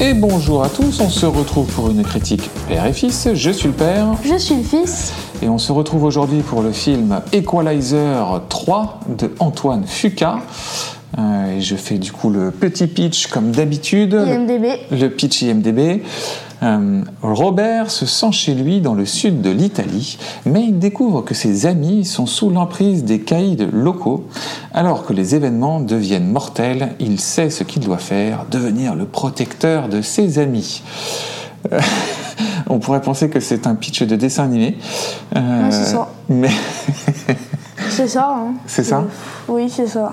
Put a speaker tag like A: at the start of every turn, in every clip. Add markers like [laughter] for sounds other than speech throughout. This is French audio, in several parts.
A: Et bonjour à tous, on se retrouve pour une critique père et fils. Je suis le père
B: Je suis le fils.
A: et on se retrouve aujourd'hui pour le film Equalizer 3 de Antoine Fuca. Euh, et je fais du coup le petit pitch comme d'habitude.
B: IMDB.
A: Le pitch IMDB. Euh, Robert se sent chez lui dans le sud de l'Italie, mais il découvre que ses amis sont sous l'emprise des caïds locaux. Alors que les événements deviennent mortels, il sait ce qu'il doit faire, devenir le protecteur de ses amis. Euh, [laughs] On pourrait penser que c'est un pitch de dessin animé. Euh,
B: Non, c'est ça.
A: Mais
B: C'est ça, hein.
A: C'est ça
B: Oui, c'est ça.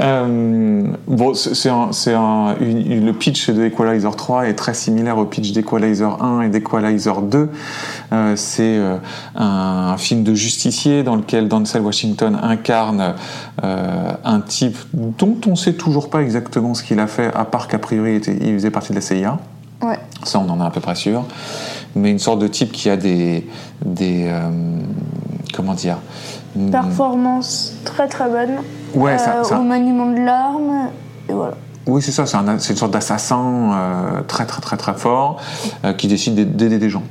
A: Euh, bon, c'est c'est un, c'est un- une- une- le pitch de Equalizer 3 est très similaire au pitch d'Equalizer 1 et d'Equalizer 2. Euh, c'est euh, un, un film de justicier dans lequel Denzel Washington incarne euh, un type dont on sait toujours pas exactement ce qu'il a fait, à part qu'a priori il, était- il faisait partie de la CIA.
B: Ouais.
A: Ça, on en est à peu près sûr. Mais une sorte de type qui a des. des euh, comment dire une-
B: Performance très très bonne.
A: Ouais, ça-
B: Euh,
A: ça-
B: Au maniement de l'arme. Et voilà.
A: Oui, c'est ça, c'est un- c'est une sorte d'assassin euh, très très très très fort euh, qui décide d'aider- d'aider des gens.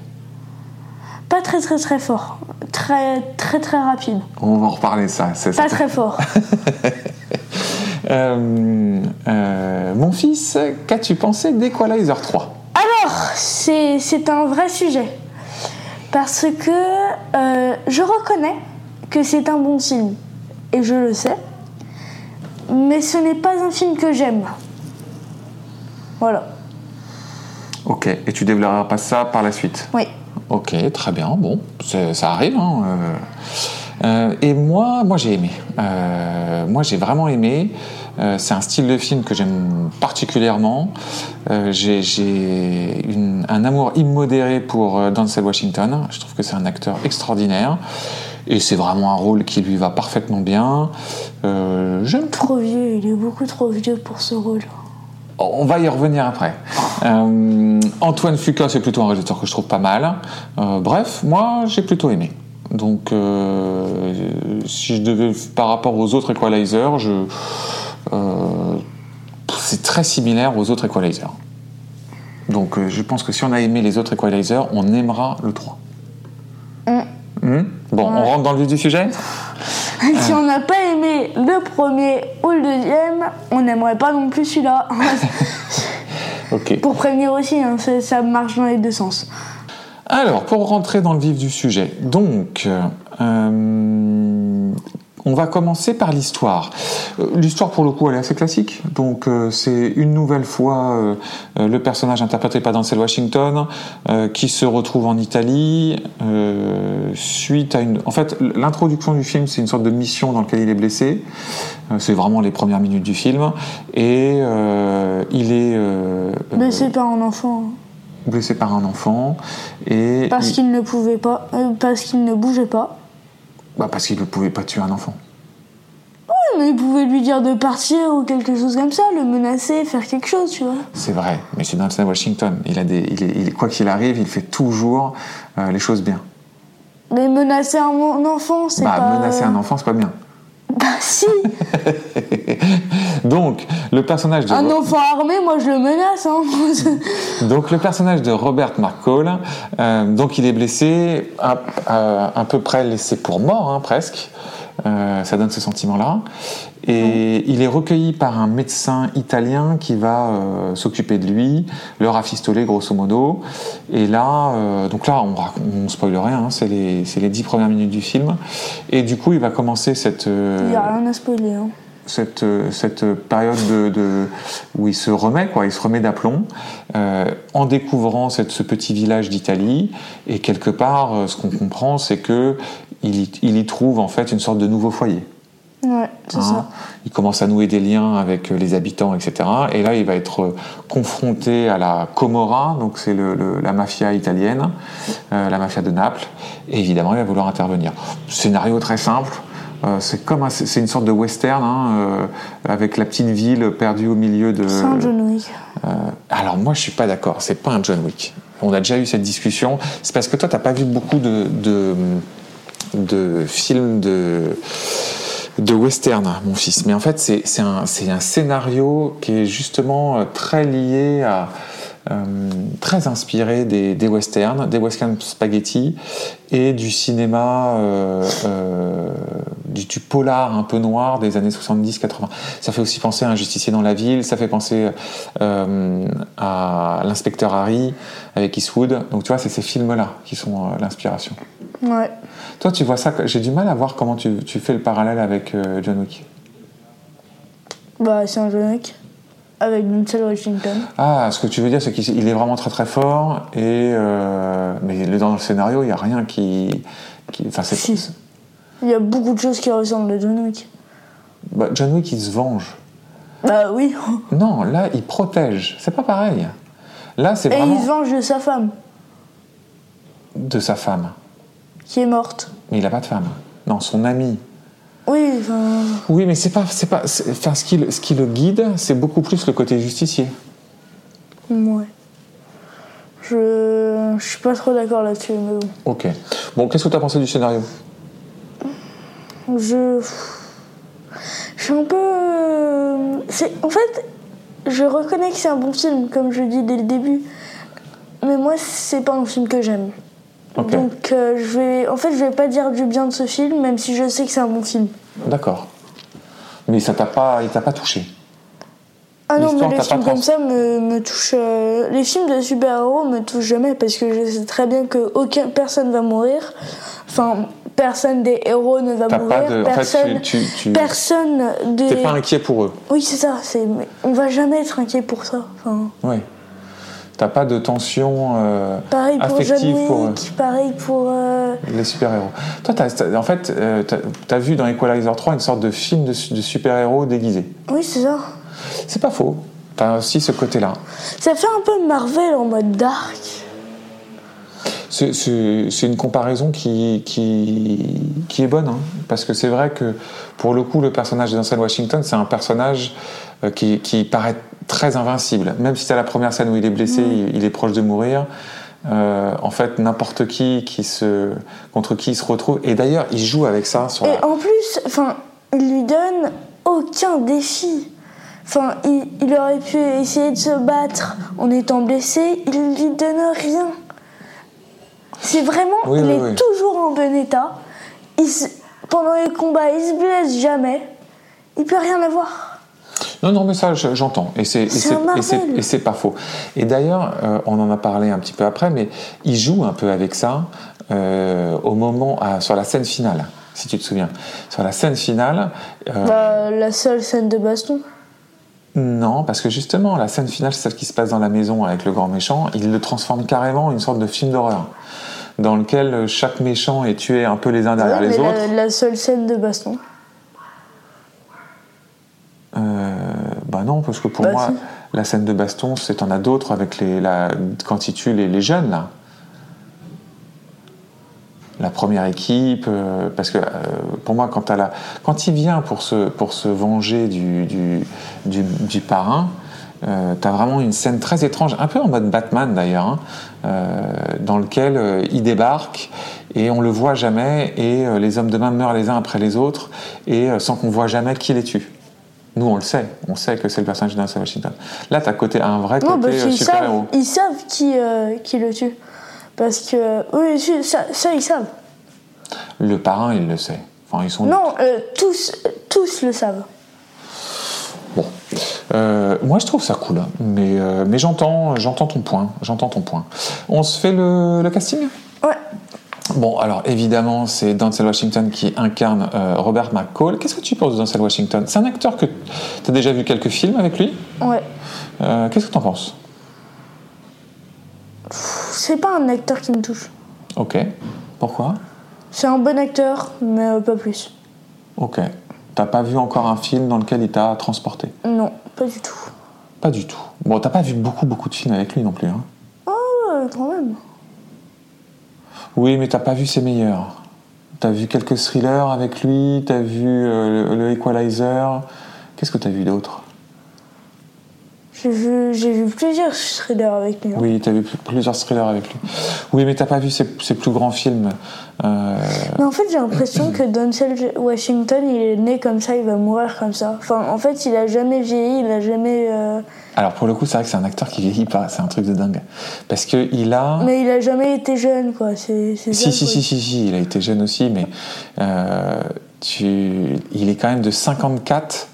B: Pas très très très fort. Très très très rapide.
A: On va en reparler de ça. c'est ça.
B: Pas
A: [laughs]
B: très fort.
A: Euh, euh, mon fils, qu'as-tu pensé d'Equalizer 3
B: Alors, c'est c'est un vrai sujet. Parce que euh, je reconnais que c'est un bon film. Et je le sais. Mais ce n'est pas un film que j'aime. Voilà.
A: Ok, et tu développeras pas ça par la suite
B: Oui.
A: Ok, très bien, bon, c'est- ça arrive. hein, euh. Euh, et moi, moi j'ai aimé. Euh, moi j'ai vraiment aimé. Euh, c'est un style de film que j'aime particulièrement. Euh, j'ai j'ai une- un amour immodéré pour euh, Denzel Washington. Je trouve que c'est un acteur extraordinaire. Et c'est vraiment un rôle qui lui va parfaitement bien. Euh, j'aime
B: Trop vieux, il est beaucoup trop vieux pour ce rôle.
A: on va y revenir après.
B: Ah.
A: Euh, Antoine Fuca, c'est plutôt un réalisateur que je trouve pas mal. Euh, bref, moi, j'ai plutôt aimé. Donc, euh, si je devais, par rapport aux autres Equalizers, je, euh, c'est très similaire aux autres Equalizers. Donc, euh, je pense que si on a aimé les autres Equalizers, on aimera le 3.
B: Mm.
A: Hmm bon, on
B: Ouais.
A: rentre dans le vif du sujet Ah.
B: Si on n'a pas aimé le premier ou le deuxième, on n'aimerait pas non plus celui-là.
A: Ok.
B: Pour prévenir aussi, hein, ça, ça marche dans les deux sens.
A: Alors, pour rentrer dans le vif du sujet, donc, euh, on va commencer par l'histoire. Euh, L'histoire, pour le coup, elle est assez classique. Donc, euh, c'est une nouvelle fois euh, euh, le personnage interprété par Denzel Washington euh, qui se retrouve en Italie euh, suite à une. En fait, l'introduction du film, c'est une sorte de mission dans laquelle il est blessé. Euh, c'est vraiment les premières minutes du film. Et euh, il est euh,
B: Mais c'est pas un enfant, hein.
A: euh, blessé par un enfant. Et
B: parce
A: il-
B: qu'il ne pouvait pas, euh, parce qu'il ne bougeait pas.
A: Bah parce qu'il ne pouvait pas tuer un enfant.
B: Ouais, Mais il pouvait lui dire de partir ou quelque chose comme ça, le menacer, faire quelque chose, tu vois.
A: C'est vrai, mais c'est Denzel Washington. Il a des, il est- il est- quoi qu'il arrive, il fait toujours euh, les choses bien.
B: Mais menacer un, mon- enfant, c'est
A: Bah,
B: pas.
A: menacer un enfant, c'est pas bien. [laughs]
B: Bah si,
A: Donc, le personnage de,
B: un enfant armé, moi je le menace. Hein. [laughs]
A: donc, le personnage de Robert McCall, euh, donc il est blessé, à, à- à peu près laissé pour mort, hein, presque. Euh, ça donne ce sentiment-là. Et il est recueilli par un médecin italien qui va euh, s'occuper de lui, le rafistoler grosso modo. Et là, euh, donc là, on, raconte- on spoil rien, hein, c'est les, c'est les dix premières minutes du film. Et du coup, il va commencer cette, euh,
B: Il y a rien à spoiler. Hein.
A: cette, euh, cette période de, de- où il se remet, quoi, il se remet d'aplomb, euh, en découvrant cette, ce petit village d'Italie. Et quelque part, euh, ce qu'on comprend, c'est que il y, il y trouve en fait une sorte de nouveau foyer.
B: Ouais, c'est
A: hein.
B: ça.
A: Il commence à nouer des liens avec euh, les habitants, etc. Et là, il va être euh, confronté à la Comora, donc c'est le- le- la mafia italienne, euh, la mafia de Naples. Et évidemment, il va vouloir intervenir. Scénario très simple. euh, c'est comme un- c'est une sorte de western hein, euh, avec la petite ville perdue au milieu de.
B: C'est un John Wick.
A: Alors moi, je suis pas d'accord. C'est pas un John Wick. On a déjà eu cette discussion. C'est parce que toi, t'as pas vu beaucoup de de, de films de de western, mon fils. Mais en fait, c'est c'est un, c'est un scénario qui est justement euh, très lié à. euh, très inspiré des, des westerns, des western spaghetti et du cinéma, euh, euh, du, du polar un peu noir des années 70-80. Ça fait aussi penser à Un justicier dans la ville, ça fait penser euh, à L'inspecteur Harry avec Eastwood. Donc tu vois, c'est ces films-là qui sont euh, l'inspiration.
B: Ouais.
A: Toi, tu vois ça, j'ai du mal à voir comment tu, tu fais le parallèle avec euh, John Wick.
B: Bah, c'est un jeu mec. Avec Denzel Washington.
A: Ah, ce que tu veux dire, c'est qu'il il est vraiment très très fort, et euh, mais le- dans le scénario, il n'y a rien qui. qui- Enfin, c'est.
B: Si. Il y a beaucoup de choses qui ressemblent à John Wick.
A: Bah, John Wick, il se venge.
B: Bah
A: [laughs]
B: oui.
A: Non, là, il protège. C'est pas pareil. Là, c'est
B: Et
A: vraiment
B: il se venge de sa femme,
A: de sa femme.
B: qui est morte.
A: Mais il a pas de femme. Non, son ami.
B: Oui, enfin.
A: Oui, mais c'est pas, c'est pas. c'est- Enfin, ce qui, le- ce qui le guide, c'est beaucoup plus le côté justicier.
B: Ouais. Je. Je suis pas trop d'accord là-dessus, mais bon.
A: Ok. Bon, qu'est-ce que t'as pensé du scénario
B: Je. Je suis un peu. euh, C'est... En fait, je reconnais que c'est un bon film, comme je dis dès le début. Mais moi, c'est pas un film que j'aime.
A: Ok.
B: Donc, euh, je vais. En fait, je vais pas dire du bien de ce film, même si je sais que c'est un bon film.
A: D'accord. Mais ça t'a pas, il t'a pas touché.
B: Ah non,
A: L'histoire
B: mais les
A: t'a pas
B: films
A: trans-
B: comme ça me, me touchent. euh, les films de super-héros me touchent jamais parce que je sais très bien que aucun, personne va mourir. Enfin, personne des héros ne va
A: T'as
B: mourir.
A: pas de. En
B: personne,
A: fait, tu, tu, tu-
B: personne des.
A: t'es pas inquiet pour eux.
B: Oui, c'est ça. C'est... mais On va jamais être inquiet pour ça. Enfin,
A: Oui. T'as pas de tension. euh,
B: pareil pour John
A: Affective
B: Wick,
A: pour eux.
B: pareil pour. euh,
A: Les super-héros. Toi, t'as- t'as- en fait, euh, t'as t'as vu dans Equalizer 3 une sorte de film de, su- de super-héros déguisé.
B: Oui, c'est ça.
A: C'est pas faux. T'as aussi ce côté-là.
B: Ça fait un peu Marvel en mode dark.
A: C'est- C'est c'est une comparaison qui, qui, qui est bonne, hein. parce que c'est vrai que pour le coup, le personnage de Denzel Washington, c'est un personnage euh, qui, qui paraît très invincible. Même si c'est la première scène où il est blessé, il, il est proche de mourir. euh, en fait, n'importe qui, qui se, contre qui il se retrouve. Et d'ailleurs, il joue avec ça. Sur la-
B: Et en plus, enfin, il lui donne aucun défi. Enfin, il, il aurait pu essayer de se battre en étant blessé, il lui donne rien. C'est vraiment,
A: Oui,
B: il
A: oui,
B: est
A: oui.
B: toujours en bon état. Il se- pendant les combats, il se blesse jamais. Il peut rien avoir.
A: Non, non, mais ça, je- j'entends. Et c'est et
B: C'est
A: c'est-
B: un
A: et c'est-
B: Marvel.
A: et c'est pas faux. Et d'ailleurs, euh, on en a parlé un petit peu après, mais il joue un peu avec ça euh, au moment, à- sur la scène finale, si tu te souviens. Sur la scène finale, euh,
B: Bah, la seule scène de baston.
A: non, parce que justement, la scène finale, c'est celle qui se passe dans la maison avec le grand méchant. Il le transforme carrément en une sorte de film d'horreur, dans lequel chaque méchant est tué un peu les uns derrière les autres.
B: la, seule scène de baston.
A: Euh, bah non, parce que pour
B: Bah
A: moi,
B: si.
A: la scène de baston, c'est t'en as d'autres avec les, la, quand il tue les, les jeunes là. La première équipe, euh, parce que euh, pour moi, quand, t'as la, quand il vient pour se, pour se venger du, du, du, du parrain, euh, t'as vraiment une scène très étrange, un peu en mode Batman d'ailleurs, hein, euh, dans lequel euh, il débarque et on le voit jamais et euh, les hommes de main meurent les uns après les autres et euh, sans qu'on voit jamais qui les tue. Nous, on le sait. On sait que c'est le personnage d'un Washington. Là, t'as côté, un vrai
B: Non, bah,
A: côté
B: parce
A: euh,
B: qu'ils savent,
A: super-héros.
B: ils savent qui, euh, qui le tue. Parce que. Oui, si, ça- ça, ils savent.
A: Le parrain, il le sait. Enfin, ils sont...
B: Non, euh, tous, tous le savent.
A: Bon. Euh, moi, je trouve ça cool. hein. Mais, euh, mais j'entends j'entends ton point. J'entends ton point. On se fait le, le casting
B: Ouais.
A: Bon, alors, évidemment, c'est Denzel Washington qui incarne euh, Robert McCall. Qu'est-ce que tu penses de Denzel Washington C'est un acteur que... T'as déjà vu quelques films avec lui
B: Ouais.
A: Euh, Qu'est-ce que t'en penses
B: C'est pas un acteur qui me touche.
A: Ok. Pourquoi
B: C'est un bon acteur, mais euh, pas plus.
A: Ok. T'as pas vu encore un film dans lequel il t'a transporté
B: Non, pas du tout.
A: Pas du tout. Bon, t'as pas vu beaucoup, beaucoup de films avec lui non plus. Hein.
B: Ouais, quand même.
A: Oui, mais t'as pas vu ses meilleurs. T'as vu quelques thrillers avec lui, t'as vu euh, le, le Equalizer. Qu'est-ce que t'as vu d'autre
B: Je J'ai vu, j'ai vu plusieurs Shredder avec lui. hein.
A: Oui, tu as vu pl- plusieurs thrillers avec lui. Oui, mais t'as pas vu ses, ses plus grands films. Euh,
B: Mais en fait, j'ai l'impression que Denzel Washington, il est né comme ça, il va mourir comme ça. Enfin, en fait, il a jamais vieilli, il a jamais. euh,
A: Alors pour le coup, c'est vrai que c'est un acteur qui vieillit pas, c'est un truc de dingue. Parce que il a...
B: Mais il a jamais été jeune, quoi. C'est, c'est ça,
A: Si, si,
B: quoi.
A: si, si, si, il a été jeune aussi, mais euh, tu... il est quand même de 54,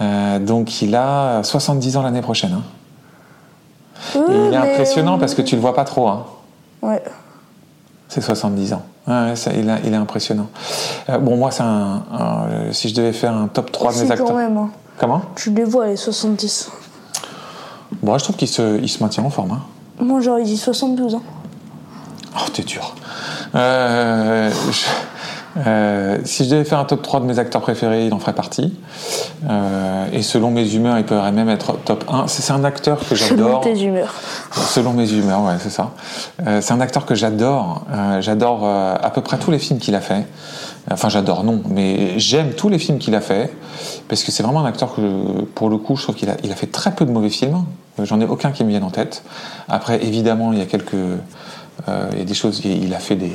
A: euh, donc il a 70 ans l'année prochaine. hein.
B: Oui,
A: Et il
B: mais- euh,
A: est impressionnant parce que tu le vois pas trop, hein.
B: Ouais.
A: c'est 70 ans. Ouais, ouais, ça, il, est- il est impressionnant. Euh, bon, moi, c'est un, un- si je devais faire un top 3 de
B: C'est
A: mes
B: quand
A: acteurs.
B: même. hein.
A: Comment
B: Tu les vois, les 70.
A: Bon, je trouve qu'il se, il se maintient en forme. hein.
B: Moi, j'aurais dit hein. 72 ans.
A: Oh, t'es dur. Euh, je- euh, si je devais faire un top 3 de mes acteurs préférés, il en ferait partie. Euh, et selon mes humeurs, il pourrait même être top 1. C'est c'est un acteur que
B: Selon
A: j'adore.
B: tes humeurs.
A: Selon mes humeurs, ouais, c'est ça. Euh, c'est un acteur que j'adore. Euh, j'adore euh, à peu près tous les films qu'il a fait. Enfin, j'adore, non, mais j'aime tous les films qu'il a fait. Parce que c'est vraiment un acteur que, je- pour le coup, je trouve qu'il a, il a fait très peu de mauvais films. Euh, J'en ai aucun qui me vienne en tête. Après, évidemment, il y a quelques. euh, il y a des choses. Il il a fait des,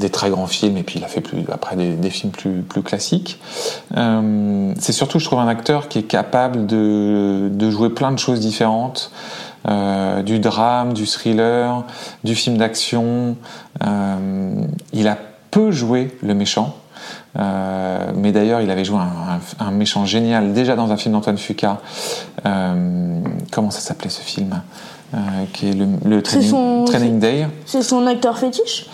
A: des très grands films et puis il a fait plus, après des, des films plus, plus classiques. Euh, c'est surtout, je trouve, un acteur qui est capable de, de jouer plein de choses différentes. Euh, du drame, du thriller, du film d'action. Euh, il a peu joué le méchant. Euh, mais d'ailleurs, il avait joué un, un- un méchant génial déjà dans un film d'Antoine Fuqua. Euh, comment ça s'appelait ce film Euh, Qui est le, le
B: C'est
A: training,
B: son-
A: Training Day.
B: C'est son acteur fétiche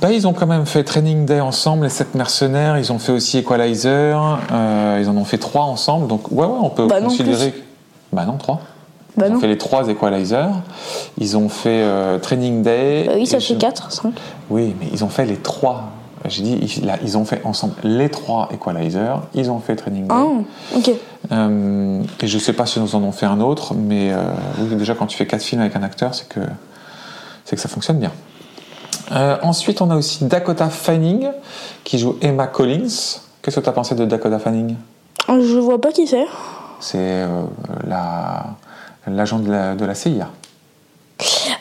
A: Bah, ils ont quand même fait Training Day ensemble, les 7 mercenaires, ils ont fait aussi Equalizer, euh, ils en ont fait trois ensemble, donc ouais, ouais on peut
B: Bah non,
A: considérer... que- Bah non, trois.
B: Bah
A: ils
B: non.
A: ont fait les trois Equalizer, ils ont fait euh, Training Day...
B: Bah oui, ça
A: et
B: fait
A: je-
B: 4, 5.
A: Oui, mais ils ont fait les trois. J'ai dit, ils, là, ils ont fait ensemble les trois Equalizer, ils ont fait Training Day.
B: Ah, ok.
A: Euh, et je sais pas si nous en ont fait un autre, mais euh, oui, déjà quand tu fais quatre films avec un acteur, c'est que c'est que ça fonctionne bien. Euh, ensuite, on a aussi Dakota Fanning qui joue Emma Collins. Qu'est-ce que tu as pensé de Dakota Fanning
B: Euh, Je vois pas qui c'est.
A: C'est euh, la l'agent de la, de la CIA.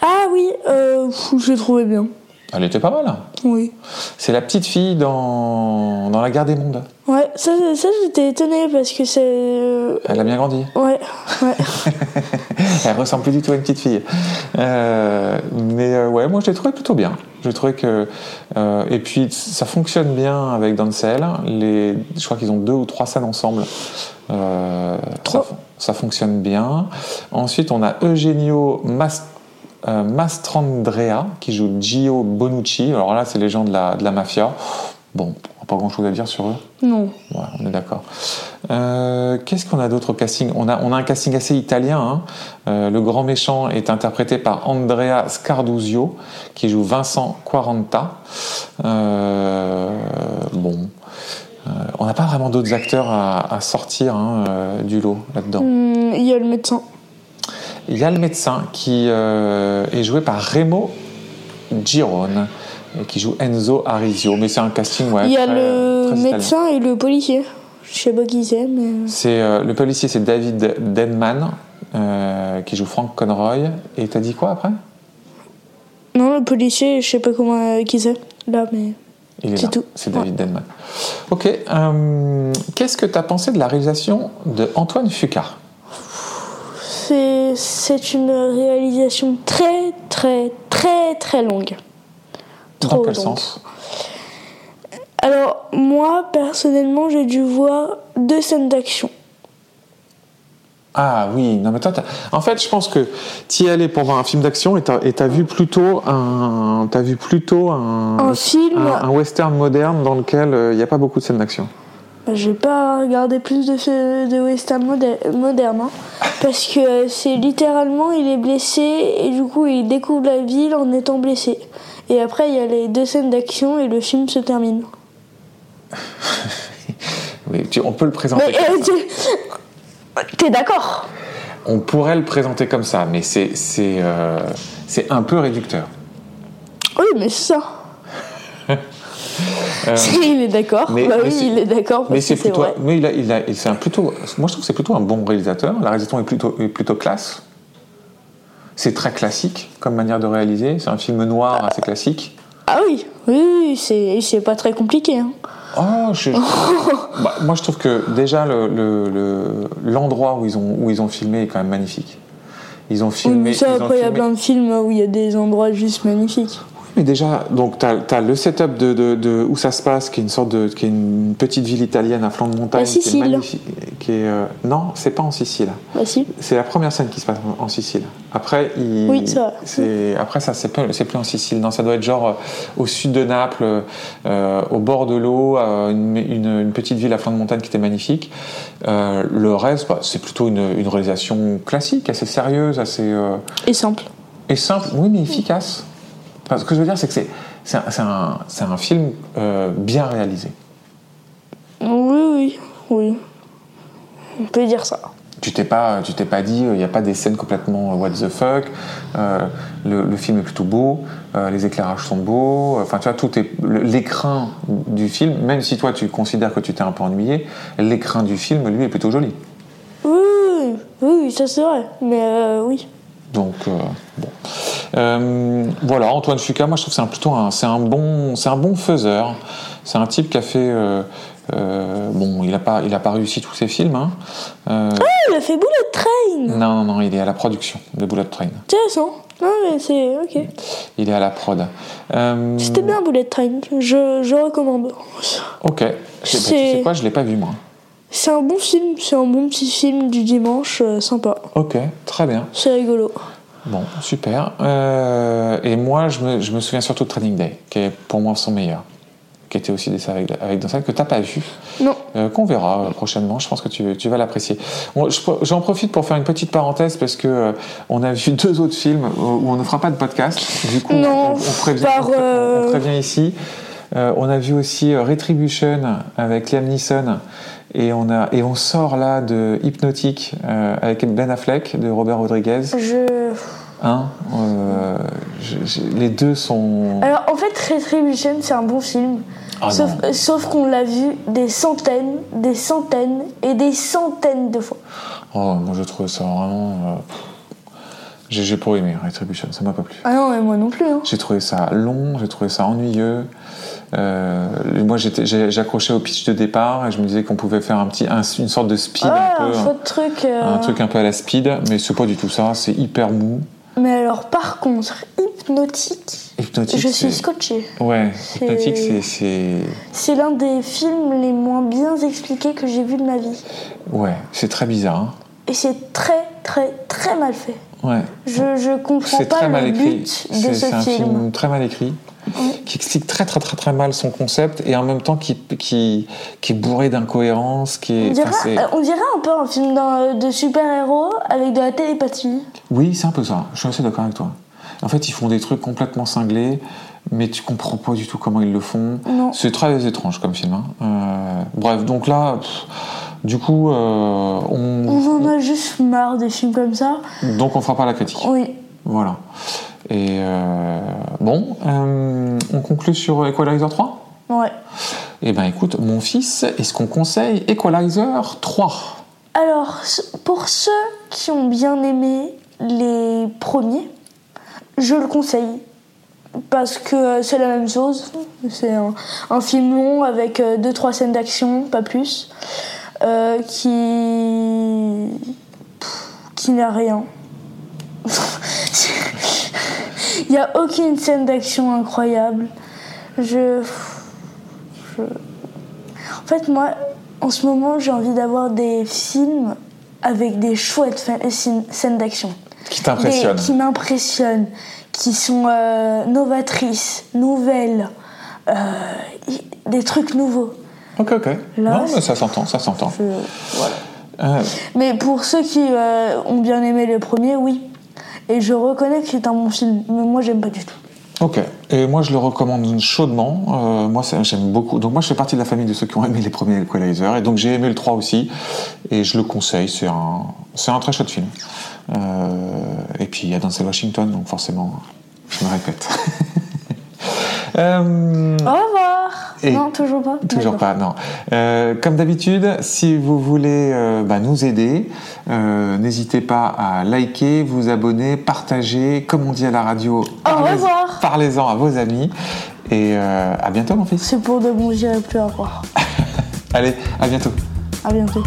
B: Ah oui, euh, pff, je l'ai trouvé bien.
A: Elle était pas mal. hein.
B: Oui.
A: C'est la petite fille dans, dans La Guerre des Mondes.
B: Ouais, ça, ça, ça, j'étais étonnée parce que c'est. euh,
A: Elle a bien grandi.
B: Ouais, ouais.
A: [laughs] Elle ressemble plus du tout à une petite fille. Euh, mais euh, ouais, moi je l'ai trouvé plutôt bien. Je trouvais que. euh, et puis ça fonctionne bien avec Denzel. Les, je crois qu'ils ont deux ou trois scènes ensemble. Euh, ça,
B: Trois.
A: ça fonctionne bien. Ensuite, on a Eugenio Mas- euh, Mastrandrea qui joue Gio Bonucci. Alors là, c'est les gens de la, de la mafia. Bon, on n'a pas grand chose à dire sur eux.
B: non.
A: Ouais, on est d'accord. Euh, Qu'est-ce qu'on a d'autre au casting on a, on a un casting assez italien. hein. Euh, le grand méchant est interprété par Andrea Scarduzio, qui joue Vincent Quaranta. Euh, bon. Euh, on n'a pas vraiment d'autres acteurs à, à sortir hein, euh, du lot là-dedans.
B: Hum, Il y a le médecin.
A: Il y a le médecin qui euh, est joué par Remo Girone, et qui joue Enzo Arisio. Mais c'est un casting, ouais.
B: Il y a
A: très- euh,
B: le
A: très italien.
B: médecin et le policier. Je sais pas qui c'est, mais.
A: C'est euh, le policier, c'est David Denman euh, qui joue Frank Conroy. Et t'as dit quoi après
B: Non, le policier, je sais pas comment euh, qui c'est. Là, mais.
A: Il est
B: C'est
A: là.
B: tout.
A: C'est David Denman. Ok. euh, Qu'est-ce que t'as pensé de la réalisation de Antoine Fuqua
B: C'est, c'est une réalisation très, très, très, très longue.
A: Dans
B: Trop
A: quel
B: longue.
A: sens
B: Alors, moi, personnellement, j'ai dû voir deux scènes d'action.
A: Ah oui, non mais toi, t'as- en fait, je pense que t'y es allé pour voir un film d'action et t'as et t'as vu plutôt un, t'as vu plutôt un,
B: Un film.
A: un- un western moderne dans lequel euh, il n'y a pas beaucoup de scènes d'action.
B: Bah, j'ai pas regardé plus de, ce- de western moderne, moderne hein. parce que euh, c'est littéralement il est blessé et du coup il découvre la ville en étant blessé. Et après il y a les deux scènes d'action et le film se termine.
A: Oui, tu- on peut le présenter.
B: Mais
A: comme
B: euh,
A: ça.
B: [laughs] t'es- t'es d'accord
A: On pourrait le présenter comme ça, mais c'est c'est euh, c'est un peu réducteur.
B: Oui, mais c'est ça.
A: [laughs] Euh,
B: il est d'accord.
A: mais-
B: Bah
A: mais
B: oui,
A: c'est-
B: il est d'accord. parce
A: mais
B: que
A: c'est plutôt,
B: vrai.
A: mais il a, il a, il- c'est un plutôt, moi je trouve que c'est plutôt un bon réalisateur. La réalisation est plutôt, est plutôt classe. C'est très classique comme manière de réaliser. C'est un film noir assez classique.
B: Ah oui, oui, oui, c'est c'est pas très compliqué. hein.
A: Oh, je-
B: [laughs]
A: Bah, moi je trouve que déjà le- le- le- l'endroit où ils ont où ils ont filmé est quand même magnifique. Ils ont
B: Oui,
A: filmé.
B: mais ça,
A: ils ont
B: après, il y a
A: filmé-
B: plein de films où il y a des endroits juste magnifiques.
A: Mais déjà, donc t'as as le setup de, de- de où ça se passe, qui est une sorte de, qui est une petite ville italienne à flanc de montagne,
B: La
A: qui est
B: Sicile.
A: magnifique, qui est, euh, non, c'est pas en Sicile.
B: Bah si.
A: C'est la première scène qui se passe en- en Sicile. Après, il-
B: Oui, c'est vrai.
A: c'est- après ça, c'est plus, c'est plus en Sicile. Non, ça doit être genre euh, au sud de Naples, euh, au bord de l'eau, euh, une, une- une petite ville à flanc de montagne qui était magnifique. Euh, le reste, bah, c'est plutôt une, une réalisation classique, assez sérieuse, assez euh,
B: Et simple.
A: et simple, oui, mais efficace. Enfin, ce que je veux dire, c'est que c'est c'est un, c'est un- c'est un film euh, bien réalisé.
B: Oui, oui, oui. On peut dire ça.
A: Tu t'es pas, tu t'es pas dit, euh, il n'y a pas des scènes complètement euh, what the fuck. euh, le, le film est plutôt beau, euh, les éclairages sont beaux. Enfin, tu vois, tout est le- l'écrin du film. Même si toi, tu considères que tu t'es un peu ennuyé, l'écrin du film, lui, est plutôt joli.
B: Oui, oui, oui, oui, ça c'est vrai. Mais euh, oui.
A: Donc euh, bon. Euh, voilà, Antoine Fuqua, moi je trouve que c'est un, plutôt un, c'est un bon, c'est un bon faiseur. C'est un type qui a fait. euh, euh, bon, il a pas, il a pas réussi tous ses films. hein. Euh,
B: Ah, il a fait Bullet
A: non,
B: Train
A: non, non, il est à la production de Bullet Train.
B: Intéressant. Non, mais c'est. Ok.
A: Il est à la prod. Euh,
B: C'était bien Bullet Train. Je, je recommande.
A: Ok. C'est...
B: C'est-
A: tu sais quoi, je l'ai pas vu moi.
B: C'est un bon film. C'est un bon petit film du dimanche. euh, sympa.
A: Ok, très bien.
B: C'est rigolo.
A: Bon, super. Euh, et moi, je me, je me souviens surtout de Training Day, qui est pour moi son meilleur, qui était aussi des avec, avec Danson, que t'as pas vu.
B: Non.
A: Euh, qu'on verra euh, prochainement. Je pense que tu, tu vas l'apprécier. On- je- J'en profite pour faire une petite parenthèse parce que euh, on a vu [laughs] deux autres films où où on ne fera pas de podcast. Du coup, on-
B: Non,
A: on, on prévient,
B: par,
A: on pré-
B: euh,
A: on prévient ici. Euh, on a vu aussi euh, Retribution avec Liam Neeson et on a et on sort là de Hypnotic euh, avec Ben Affleck de Robert Rodriguez.
B: Je.
A: Hein, euh, je- je- les deux sont.
B: Alors en fait, Retribution, c'est un bon film.
A: Ah
B: Euh, sauf
A: non.
B: euh, sauf qu'on l'a vu des centaines, des centaines et des centaines de fois.
A: Oh, moi je trouve ça vraiment. euh, J'ai j'ai pas aimé Retribution, ça m'a pas plu.
B: Ah non, et moi non plus. Hein.
A: J'ai trouvé ça long, j'ai trouvé ça ennuyeux. Euh, moi, j'étais- j'ai- j'accrochais au pitch de départ et je me disais qu'on pouvait faire un petit, un- une sorte de speed,
B: Ah,
A: un, peu,
B: un faux truc. euh,
A: un truc un peu à la speed, mais c'est pas du tout ça. C'est hyper mou.
B: Mais alors, par contre, hypnotique.
A: Hypnotique,
B: je suis
A: c'est-
B: scotché.
A: ouais, hypnotique, c'est, c'est,
B: C'est l'un des films les moins bien expliqués que j'ai vu de ma vie.
A: ouais, c'est très bizarre. hein.
B: Et c'est très, très, très mal fait.
A: Ouais,
B: Je, je comprends
A: c'est
B: pas
A: très
B: le
A: mal écrit.
B: but
A: C'est,
B: de
A: c'est
B: ce
A: un film.
B: film.
A: très mal écrit qui explique très très très très mal son concept et en même temps qui qui, qui est bourré d'incohérences, qui est,
B: On
A: enfin, c'est-
B: dirait, euh, on dirait un peu un film d'un- euh, de super-héros avec de la télépathie.
A: Oui, c'est un peu ça. Je suis assez d'accord avec toi. En fait, ils font des trucs complètement cinglés, mais tu comprends pas du tout comment ils le font.
B: Non.
A: C'est très étrange comme film. hein. Euh, bref, donc là, pff, du coup, euh,
B: On
A: on,
B: en a juste marre des films comme ça.
A: donc on fera pas la critique.
B: Oui.
A: Voilà. Et euh, bon, euh, on conclut sur Equalizer 3
B: Ouais.
A: Eh ben écoute, mon fils, est-ce qu'on conseille Equalizer 3
B: Alors, pour ceux qui ont bien aimé les premiers, je le conseille. Parce que euh, c'est la même chose. C'est un, un film long avec 2-3 scènes d'action, pas plus. euh, qui. pff, qui n'a rien. [laughs] Il n'y a aucune scène d'action incroyable. Je. En fait, moi, en ce moment, j'ai envie d'avoir des films avec des chouettes fa- euh, scènes scènes d'action.
A: Qui
B: Des-
A: t'impressionne
B: Qui m'impressionnent, qui sont euh, novatrices, nouvelles, euh, y- des trucs nouveaux.
A: Ok, ok.
B: Là,
A: non, mais
B: c'est-
A: ça s'entend, ça s'entend.
B: Je- voilà.
A: Euh,
B: Mais pour ceux qui euh, ont bien aimé les premiers, oui. Et je reconnais que c'est un bon film, mais moi, j'aime pas du tout.
A: Ok, et moi je le recommande chaudement. Euh, moi ça- j'aime beaucoup. Donc moi je fais partie de la famille de ceux qui ont aimé les premiers Equalizer et donc j'ai aimé le 3 aussi et je le conseille. C'est un, c'est un très chouette film. Euh, et puis il y a Denzel Washington donc forcément je me répète. [laughs] Euh,
B: Au revoir.
A: Et-
B: non, toujours pas.
A: Toujours
B: Oh, D'accord.
A: pas, non. Euh, comme d'habitude, si vous voulez euh, bah, nous aider, euh, n'hésitez pas à liker, vous abonner, partager, comme on dit à la radio, parlez-
B: revoir.
A: parlez-en à vos amis. Et euh, à bientôt, mon fils.
B: C'est pour de bon, j'irai plus à voir.
A: Allez, à bientôt.
B: À bientôt.